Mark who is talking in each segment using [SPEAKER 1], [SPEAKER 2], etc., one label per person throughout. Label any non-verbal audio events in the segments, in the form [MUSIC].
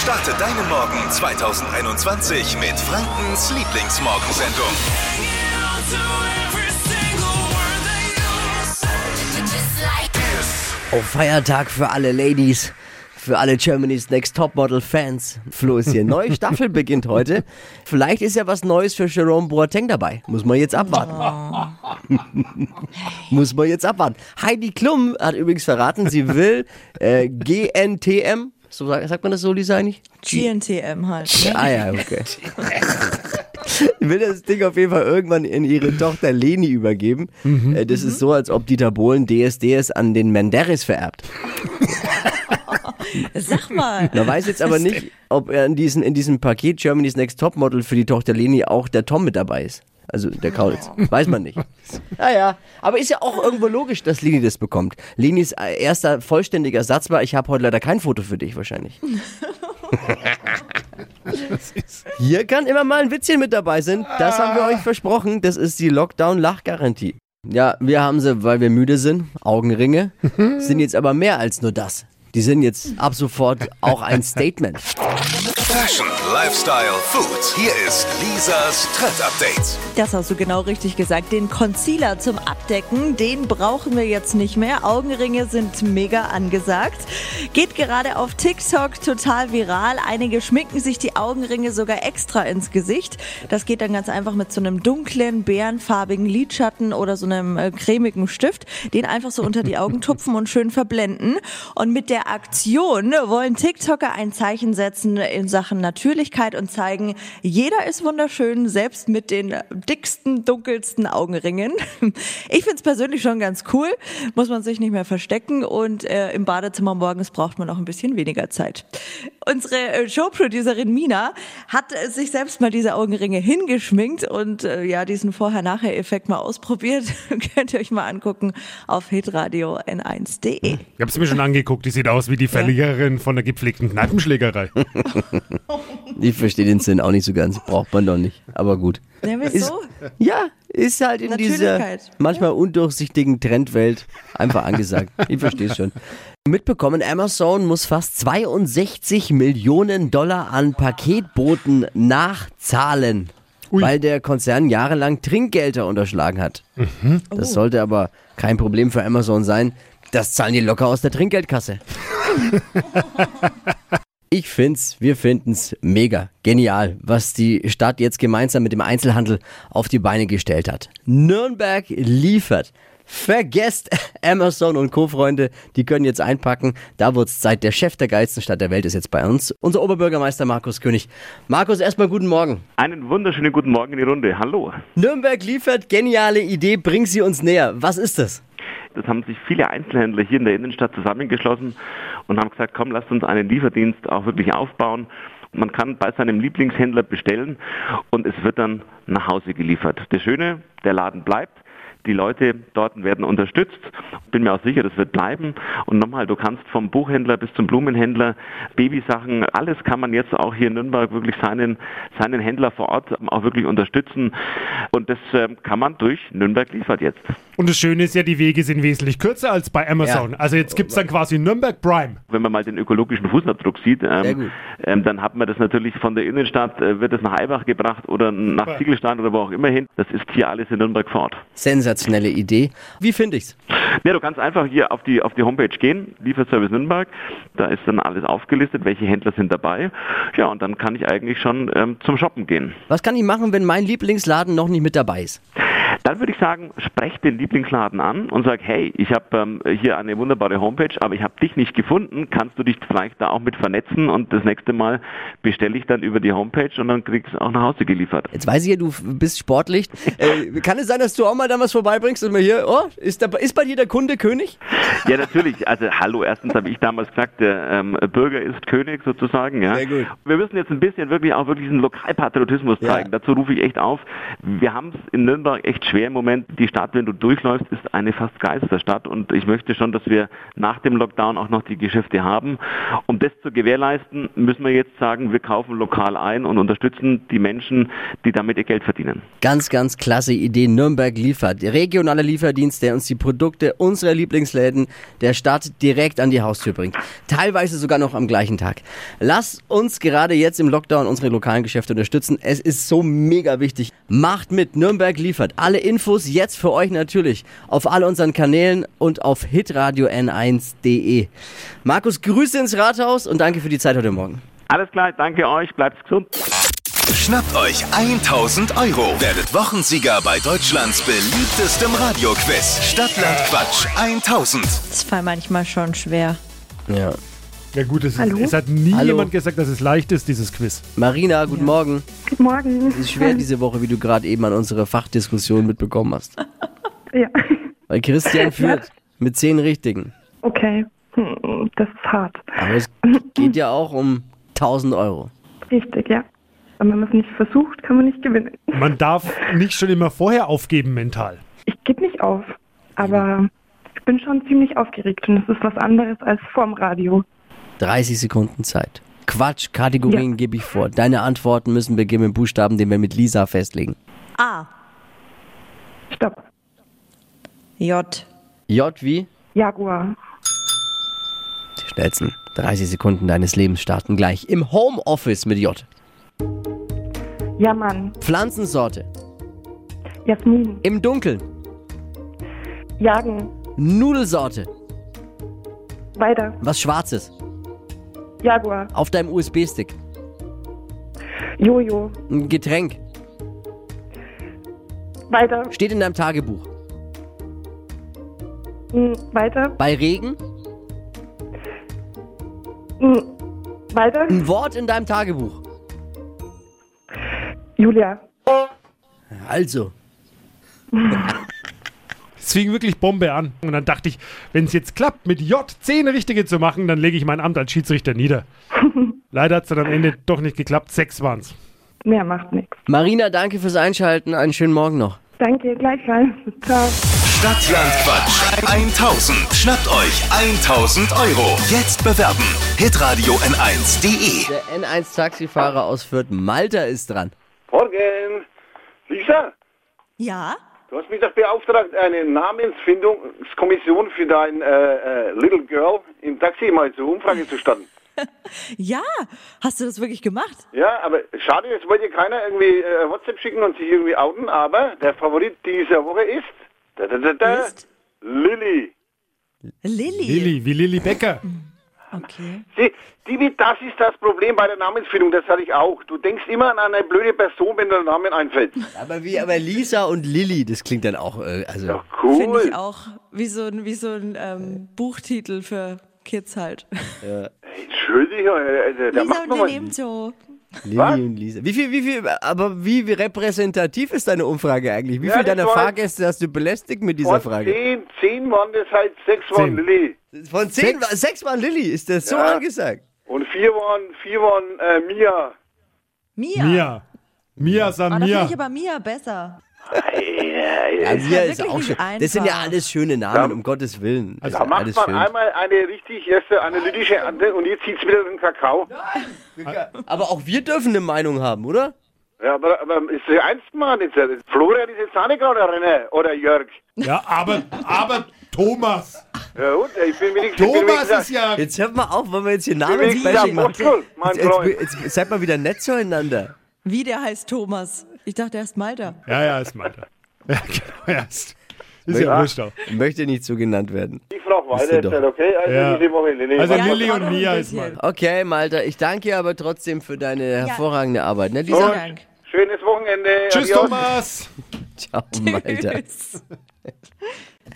[SPEAKER 1] Starte deinen Morgen 2021 mit Frankens Lieblingsmorgensendung.
[SPEAKER 2] Oh, Feiertag für alle Ladies, für alle Germany's Next Topmodel Fans. Flo ist hier. Neue Staffel beginnt heute. Vielleicht ist ja was Neues für Jerome Boateng dabei. Muss man jetzt abwarten. [LAUGHS] Muss man jetzt abwarten. Heidi Klum hat übrigens verraten, sie will äh, GNTM. So sagt, sagt man das so, Lisa, eigentlich?
[SPEAKER 3] GNTM halt.
[SPEAKER 2] Ah ja, okay. Ich will das Ding auf jeden Fall irgendwann in ihre Tochter Leni übergeben. Äh, Das ist so, als ob Dieter Bohlen DSDS an den Menderes vererbt.
[SPEAKER 3] Sag mal.
[SPEAKER 2] Man [LAUGHS] weiß jetzt aber nicht, ob er in, diesen, in diesem Paket Germany's Next Topmodel für die Tochter Leni auch der Tom mit dabei ist. Also der Kaulitz. Weiß man nicht. Naja, aber ist ja auch irgendwo logisch, dass Leni das bekommt. Lenis äh, erster vollständiger Satz war, ich habe heute leider kein Foto für dich wahrscheinlich. Hier kann immer mal ein Witzchen mit dabei sein. Das haben wir euch versprochen. Das ist die Lockdown-Lachgarantie. Ja, wir haben sie, weil wir müde sind. Augenringe sind jetzt aber mehr als nur das. Die sind jetzt ab sofort auch ein Statement.
[SPEAKER 1] Fashion, Lifestyle, Food. Hier ist Lisas Trend Update.
[SPEAKER 3] Das hast du genau richtig gesagt. Den Concealer zum Abdecken, den brauchen wir jetzt nicht mehr. Augenringe sind mega angesagt. Geht gerade auf TikTok total viral. Einige schminken sich die Augenringe sogar extra ins Gesicht. Das geht dann ganz einfach mit so einem dunklen, bärenfarbigen Lidschatten oder so einem äh, cremigen Stift. Den einfach so unter die Augen tupfen und schön verblenden. Und mit der Aktion wollen TikToker ein Zeichen setzen in Sachen Natürlichkeit und zeigen, jeder ist wunderschön, selbst mit den dicksten, dunkelsten Augenringen. [LAUGHS] Ich find's persönlich schon ganz cool, muss man sich nicht mehr verstecken und äh, im Badezimmer morgens braucht man auch ein bisschen weniger Zeit. Unsere äh, Showproducerin Mina hat äh, sich selbst mal diese Augenringe hingeschminkt und äh, ja, diesen Vorher-Nachher-Effekt mal ausprobiert. [LAUGHS] Könnt ihr euch mal angucken auf hitradio n1.de.
[SPEAKER 4] Ich hab's mir schon angeguckt, die sieht aus wie die Verliererin von der gepflegten Kneipenschlägerei.
[SPEAKER 2] Ich verstehe den Sinn auch nicht so ganz. Braucht man doch nicht. Aber gut.
[SPEAKER 3] Ja,
[SPEAKER 2] Ist,
[SPEAKER 3] wieso?
[SPEAKER 2] ja, ist halt in dieser
[SPEAKER 3] Natürlichkeit.
[SPEAKER 2] manchmal undurchsichtigen Trendwelt einfach angesagt. Ich verstehe es schon. Mitbekommen, Amazon muss fast 62 Millionen Dollar an Paketboten nachzahlen,
[SPEAKER 4] Ui.
[SPEAKER 2] weil der Konzern jahrelang Trinkgelder unterschlagen hat.
[SPEAKER 3] Oh.
[SPEAKER 2] Das sollte aber kein Problem für Amazon sein. Das zahlen die locker aus der Trinkgeldkasse. Ich find's, wir finden's mega, genial, was die Stadt jetzt gemeinsam mit dem Einzelhandel auf die Beine gestellt hat. Nürnberg liefert. Vergesst [LAUGHS] Amazon und Co. Freunde, die können jetzt einpacken. Da wird's Zeit. Der Chef der geilsten Stadt der Welt ist jetzt bei uns. Unser Oberbürgermeister Markus König. Markus, erstmal guten Morgen.
[SPEAKER 5] Einen wunderschönen guten Morgen in die Runde. Hallo.
[SPEAKER 2] Nürnberg liefert, geniale Idee, bring sie uns näher. Was ist das?
[SPEAKER 5] Das haben sich viele Einzelhändler hier in der Innenstadt zusammengeschlossen und haben gesagt, komm, lasst uns einen Lieferdienst auch wirklich aufbauen. Man kann bei seinem Lieblingshändler bestellen und es wird dann nach Hause geliefert. Das Schöne, der Laden bleibt. Die Leute dort werden unterstützt. Bin mir auch sicher, das wird bleiben. Und nochmal, du kannst vom Buchhändler bis zum Blumenhändler, Babysachen, alles kann man jetzt auch hier in Nürnberg wirklich seinen, seinen Händler vor Ort auch wirklich unterstützen. Und das ähm, kann man durch Nürnberg liefert jetzt.
[SPEAKER 4] Und das Schöne ist ja, die Wege sind wesentlich kürzer als bei Amazon.
[SPEAKER 2] Ja.
[SPEAKER 4] Also jetzt gibt's dann quasi Nürnberg Prime.
[SPEAKER 5] wenn man mal den ökologischen Fußabdruck sieht,
[SPEAKER 2] Sehr gut.
[SPEAKER 5] ähm, ähm, dann hat man das natürlich von der Innenstadt, äh, wird es nach Eibach gebracht oder nach Ziegelstein oder wo auch immer hin. Das ist hier alles in Nürnberg vor Ort.
[SPEAKER 2] Sensationelle Idee. Wie finde ich's?
[SPEAKER 5] Ja, du kannst einfach hier auf die, auf die Homepage gehen, Lieferservice Nürnberg, da ist dann alles aufgelistet, welche Händler sind dabei. Ja, und dann kann ich eigentlich schon ähm, zum Shoppen gehen.
[SPEAKER 2] Was kann ich machen, wenn mein Lieblingsladen noch nicht mit dabei ist?
[SPEAKER 5] Dann würde ich sagen, sprecht den Lieblingsladen an und sag, hey, ich habe ähm, hier eine wunderbare Homepage, aber ich habe dich nicht gefunden. Kannst du dich vielleicht da auch mit vernetzen? Und das nächste Mal bestelle ich dann über die Homepage und dann kriegst du auch nach Hause geliefert.
[SPEAKER 2] Jetzt weiß ich ja, du f- bist sportlich. Äh, kann es sein, dass du auch mal dann was vorbeibringst und mir hier, oh, ist, da, ist bei dir der Kunde König?
[SPEAKER 5] Ja, natürlich. Also hallo, erstens habe ich damals gesagt, der ähm, Bürger ist König sozusagen. Ja.
[SPEAKER 2] Sehr gut.
[SPEAKER 5] Wir müssen jetzt ein bisschen wirklich auch wirklich diesen Lokalpatriotismus
[SPEAKER 2] Ja.
[SPEAKER 5] zeigen. Dazu rufe ich echt auf. Wir haben es in Nürnberg echt schwer im Moment. Die Stadt, wenn du durchläufst, ist eine fast Geisterstadt und ich möchte schon, dass wir nach dem Lockdown auch noch die Geschäfte haben. Um das zu gewährleisten, müssen wir jetzt sagen, wir kaufen lokal ein und unterstützen die Menschen, die damit ihr Geld verdienen.
[SPEAKER 2] Ganz, ganz klasse Idee. Nürnberg liefert. Der regionale Lieferdienst, der uns die Produkte unserer Lieblingsläden der Stadt direkt an die Haustür bringt. Teilweise sogar noch am gleichen Tag. Lasst uns gerade jetzt im Lockdown unsere lokalen Geschäfte unterstützen. Es ist so mega wichtig. Macht mit. Nürnberg liefert. Alle Infos jetzt für euch natürlich auf all unseren Kanälen und auf hitradio n1.de. Markus, Grüße ins Rathaus und danke für die Zeit heute Morgen.
[SPEAKER 5] Alles klar, danke euch, bleibt gesund.
[SPEAKER 1] Schnappt euch 1000 Euro. Werdet Wochensieger bei Deutschlands beliebtestem Radioquiz. Stadtland Quatsch 1000.
[SPEAKER 3] Das war manchmal schon schwer.
[SPEAKER 2] Ja.
[SPEAKER 4] Ja gut, es,
[SPEAKER 6] Hallo?
[SPEAKER 4] es hat nie
[SPEAKER 2] Hallo.
[SPEAKER 4] jemand gesagt, dass es leicht ist, dieses Quiz.
[SPEAKER 2] Marina, guten Morgen.
[SPEAKER 6] Guten Morgen.
[SPEAKER 2] Es ist schwer diese Woche, wie du gerade eben an unserer Fachdiskussion mitbekommen hast.
[SPEAKER 6] Ja.
[SPEAKER 2] Weil Christian führt mit zehn Richtigen.
[SPEAKER 6] Okay. Hm, das ist hart.
[SPEAKER 2] Aber es geht ja auch um 1000 Euro.
[SPEAKER 6] Richtig, ja. Und wenn man es nicht versucht, kann man nicht gewinnen.
[SPEAKER 4] Man darf nicht schon immer vorher aufgeben mental.
[SPEAKER 6] Ich gebe nicht auf, aber ich bin schon ziemlich aufgeregt und es ist was anderes als vorm Radio.
[SPEAKER 2] 30 Sekunden Zeit. Quatsch, Kategorien gebe ich vor. Deine Antworten müssen beginnen mit Buchstaben, den wir mit Lisa festlegen.
[SPEAKER 3] A.
[SPEAKER 6] Stopp.
[SPEAKER 3] J.
[SPEAKER 2] J wie?
[SPEAKER 6] Jaguar.
[SPEAKER 2] Die schnellsten 30 Sekunden deines Lebens starten gleich. Im Homeoffice mit J.
[SPEAKER 6] Ja, Mann.
[SPEAKER 2] Pflanzensorte.
[SPEAKER 6] Jasmin.
[SPEAKER 2] Im Dunkeln.
[SPEAKER 6] Jagen.
[SPEAKER 2] Nudelsorte.
[SPEAKER 6] Weiter.
[SPEAKER 2] Was Schwarzes.
[SPEAKER 6] Jaguar.
[SPEAKER 2] Auf deinem USB-Stick.
[SPEAKER 6] Jojo.
[SPEAKER 2] Ein Getränk.
[SPEAKER 6] Weiter.
[SPEAKER 2] Steht in deinem Tagebuch.
[SPEAKER 6] Hm, weiter.
[SPEAKER 2] Bei Regen.
[SPEAKER 6] Hm, weiter.
[SPEAKER 2] Ein Wort in deinem Tagebuch.
[SPEAKER 6] Julia.
[SPEAKER 2] Also.
[SPEAKER 4] Es fing wirklich Bombe an. Und dann dachte ich, wenn es jetzt klappt, mit J 10 Richtige zu machen, dann lege ich mein Amt als Schiedsrichter
[SPEAKER 2] [LAUGHS]
[SPEAKER 4] nieder. Leider hat es dann am Ende doch nicht geklappt. Sechs waren es.
[SPEAKER 6] Mehr macht nichts.
[SPEAKER 2] Marina, danke fürs Einschalten. Einen schönen Morgen noch.
[SPEAKER 6] Danke. Gleichfalls. Ciao.
[SPEAKER 1] Stadtland Quatsch 1000. Schnappt euch 1000 Euro. Jetzt bewerben. Hitradio N1.de.
[SPEAKER 2] Der N1-Taxifahrer aus Fürth, Malta, ist dran.
[SPEAKER 7] Morgen. Lisa,
[SPEAKER 3] Ja.
[SPEAKER 7] du hast mich doch beauftragt, eine Namensfindungskommission für dein äh, äh, Little Girl im Taxi mal zur Umfrage zu starten.
[SPEAKER 3] Ja. Hast du das wirklich gemacht?
[SPEAKER 7] Ja, aber schade, es wollte keiner irgendwie äh, WhatsApp schicken und sich irgendwie outen, aber der Favorit dieser Woche ist, da, da, da, da,
[SPEAKER 3] Ist?
[SPEAKER 7] Lilly.
[SPEAKER 3] Lilly.
[SPEAKER 4] Lilly, wie Lilly Becker.
[SPEAKER 3] Okay.
[SPEAKER 7] Sie, Divi, das ist das Problem bei der Namensfindung, das hatte ich auch. Du denkst immer an eine blöde Person, wenn dir der Name einfällt.
[SPEAKER 2] Aber wie, aber Lisa und Lilly, das klingt dann auch, äh, also.
[SPEAKER 7] Cool.
[SPEAKER 3] Finde ich auch. Wie so ein, wie so ein ähm, Buchtitel für Kids halt.
[SPEAKER 7] Entschuldigung, äh, der, der
[SPEAKER 3] Lisa
[SPEAKER 7] macht
[SPEAKER 3] und
[SPEAKER 7] nochmal.
[SPEAKER 3] die Lebensjo.
[SPEAKER 2] Lilly
[SPEAKER 7] Was?
[SPEAKER 2] und Lisa. Wie viel, wie viel, aber wie repräsentativ ist deine Umfrage eigentlich? Wie
[SPEAKER 7] Ja,
[SPEAKER 2] viel
[SPEAKER 7] das
[SPEAKER 2] deiner
[SPEAKER 7] war-
[SPEAKER 2] Fahrgäste hast du belästigt mit dieser
[SPEAKER 7] Von
[SPEAKER 2] Frage?
[SPEAKER 7] Zehn, zehn waren das halt, sechs waren
[SPEAKER 4] Zehn.
[SPEAKER 7] Lilly.
[SPEAKER 2] Von zehn, sechs, sechs waren Lilly, ist das so
[SPEAKER 7] Ja.
[SPEAKER 2] angesagt?
[SPEAKER 7] Und vier waren, vier waren äh, Mia.
[SPEAKER 3] Mia.
[SPEAKER 4] Mia. Mia
[SPEAKER 3] Ah, da finde
[SPEAKER 4] Samia.
[SPEAKER 3] ich aber Mia besser.
[SPEAKER 2] Ja,
[SPEAKER 3] war
[SPEAKER 2] mir Also ist
[SPEAKER 3] wirklich
[SPEAKER 2] auch
[SPEAKER 3] nicht
[SPEAKER 2] schön.
[SPEAKER 3] einfach.
[SPEAKER 2] Das sind ja alles schöne Namen, um Gottes Willen. Also,
[SPEAKER 7] Da macht
[SPEAKER 2] alles
[SPEAKER 7] man
[SPEAKER 2] schön.
[SPEAKER 7] einmal eine richtig erste analytische Ante und jetzt zieht's wieder den Kakao.
[SPEAKER 2] Aber auch wir dürfen eine Meinung haben, oder?
[SPEAKER 7] Ja, aber, aber ist der einzige Mann jetzt? Florian ist jetzt auch nicht gerade der Renner oder Jörg.
[SPEAKER 4] Ja, aber, aber Thomas.
[SPEAKER 7] Ja gut, ich bin wenigstens... ich bin
[SPEAKER 4] Thomas
[SPEAKER 7] wenigstens-
[SPEAKER 4] ist ja.
[SPEAKER 2] Jetzt hört mal auf, wollen wir jetzt hier
[SPEAKER 7] wenigstens
[SPEAKER 2] Namensbashing
[SPEAKER 7] am
[SPEAKER 2] machen.
[SPEAKER 7] Muskel, mein
[SPEAKER 2] Jetzt, jetzt,
[SPEAKER 7] Freund.
[SPEAKER 2] jetzt, seid mal wieder nett zueinander.
[SPEAKER 3] Wie der heißt Thomas. Ich dachte, er ist Malta.
[SPEAKER 4] Ja, ja, ist Malta. [LAUGHS] Ja, genau, ja, ist, ist ja wurscht auch.
[SPEAKER 2] Möchte nicht so genannt werden.
[SPEAKER 7] Ich frage
[SPEAKER 2] Wisst ihr
[SPEAKER 7] weiter, ist das
[SPEAKER 2] doch.
[SPEAKER 7] okay? Also
[SPEAKER 4] Ja.
[SPEAKER 7] diese Woche, Lilly.
[SPEAKER 4] Also
[SPEAKER 7] Mach mal-
[SPEAKER 4] Lilly
[SPEAKER 3] doch
[SPEAKER 4] und
[SPEAKER 3] ein
[SPEAKER 4] Mia ist
[SPEAKER 3] bisschen.
[SPEAKER 4] Malta.
[SPEAKER 2] Okay, Malta, ich danke dir aber trotzdem für deine hervorragende Arbeit. Ne,
[SPEAKER 3] Vielen
[SPEAKER 2] Lisa?
[SPEAKER 3] Dank.
[SPEAKER 7] Schönes Wochenende.
[SPEAKER 4] Tschüss,
[SPEAKER 7] Adios.
[SPEAKER 4] Thomas.
[SPEAKER 2] Ciao, Malta.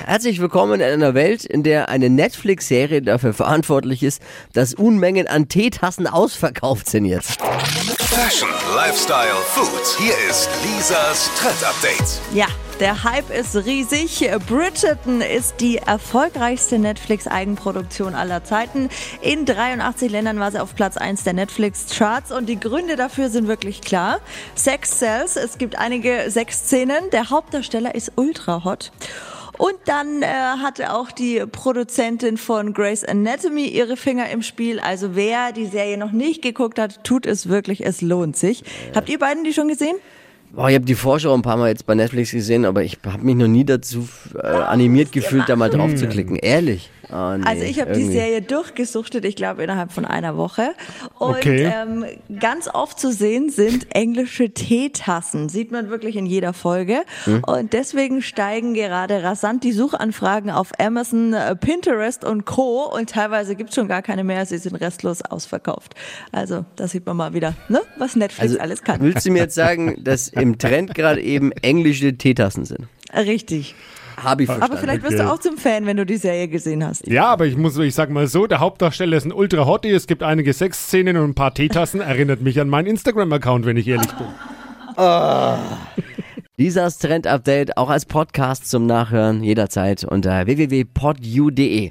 [SPEAKER 2] Herzlich willkommen in einer Welt, in der eine Netflix-Serie dafür verantwortlich ist, dass Unmengen an Teetassen ausverkauft sind jetzt.
[SPEAKER 1] Fashion, Lifestyle, Food. Hier ist Lisas Trend Update.
[SPEAKER 3] Ja, Der Hype ist riesig. Bridgerton ist die erfolgreichste Netflix-Eigenproduktion aller Zeiten. In 83 Ländern war sie auf Platz 1 der Netflix-Charts und die Gründe dafür sind wirklich klar. Sex Cells, es gibt einige Sexszenen. Der Hauptdarsteller ist ultra hot. Und dann äh, hatte auch die Produzentin von Grey's Anatomy ihre Finger im Spiel. Also wer die Serie noch nicht geguckt hat, tut es wirklich, es lohnt sich. Habt ihr beiden die schon gesehen?
[SPEAKER 2] Boah, ich habe die Vorschau ein paar Mal jetzt bei Netflix gesehen, aber ich habe mich noch nie dazu äh, animiert gefühlt, da mal drauf zu klicken. Ehrlich. Ah, nee,
[SPEAKER 3] Hm. Also ich habe die
[SPEAKER 2] irgendwie.
[SPEAKER 3] Serie durchgesuchtet, ich glaube innerhalb von einer Woche. Und
[SPEAKER 4] Okay.
[SPEAKER 3] ähm, ganz oft zu sehen sind englische Teetassen, sieht man wirklich in jeder Folge.
[SPEAKER 2] Hm.
[SPEAKER 3] Und deswegen steigen gerade rasant die Suchanfragen auf Amazon, äh, Pinterest und Co. Und teilweise gibt's schon gar keine mehr, sie sind restlos ausverkauft. Also da sieht man mal wieder, ne, was Netflix
[SPEAKER 2] Also,
[SPEAKER 3] alles kann.
[SPEAKER 2] Willst du mir jetzt sagen, dass im Trend gerade eben englische Teetassen sind?
[SPEAKER 3] Richtig.
[SPEAKER 2] Hab ich verstanden.
[SPEAKER 3] Aber vielleicht wirst du
[SPEAKER 4] Okay.
[SPEAKER 3] auch zum Fan, wenn du die Serie gesehen hast.
[SPEAKER 4] Ja, aber ich muss, ich sag mal so, der Hauptdarsteller ist ein ultra hottie es gibt einige Sexszenen und ein paar Teetassen, erinnert mich an meinen Instagram-Account, wenn ich ehrlich bin.
[SPEAKER 2] Lisas Trend-Update auch als Podcast zum Nachhören jederzeit unter www.podu.de.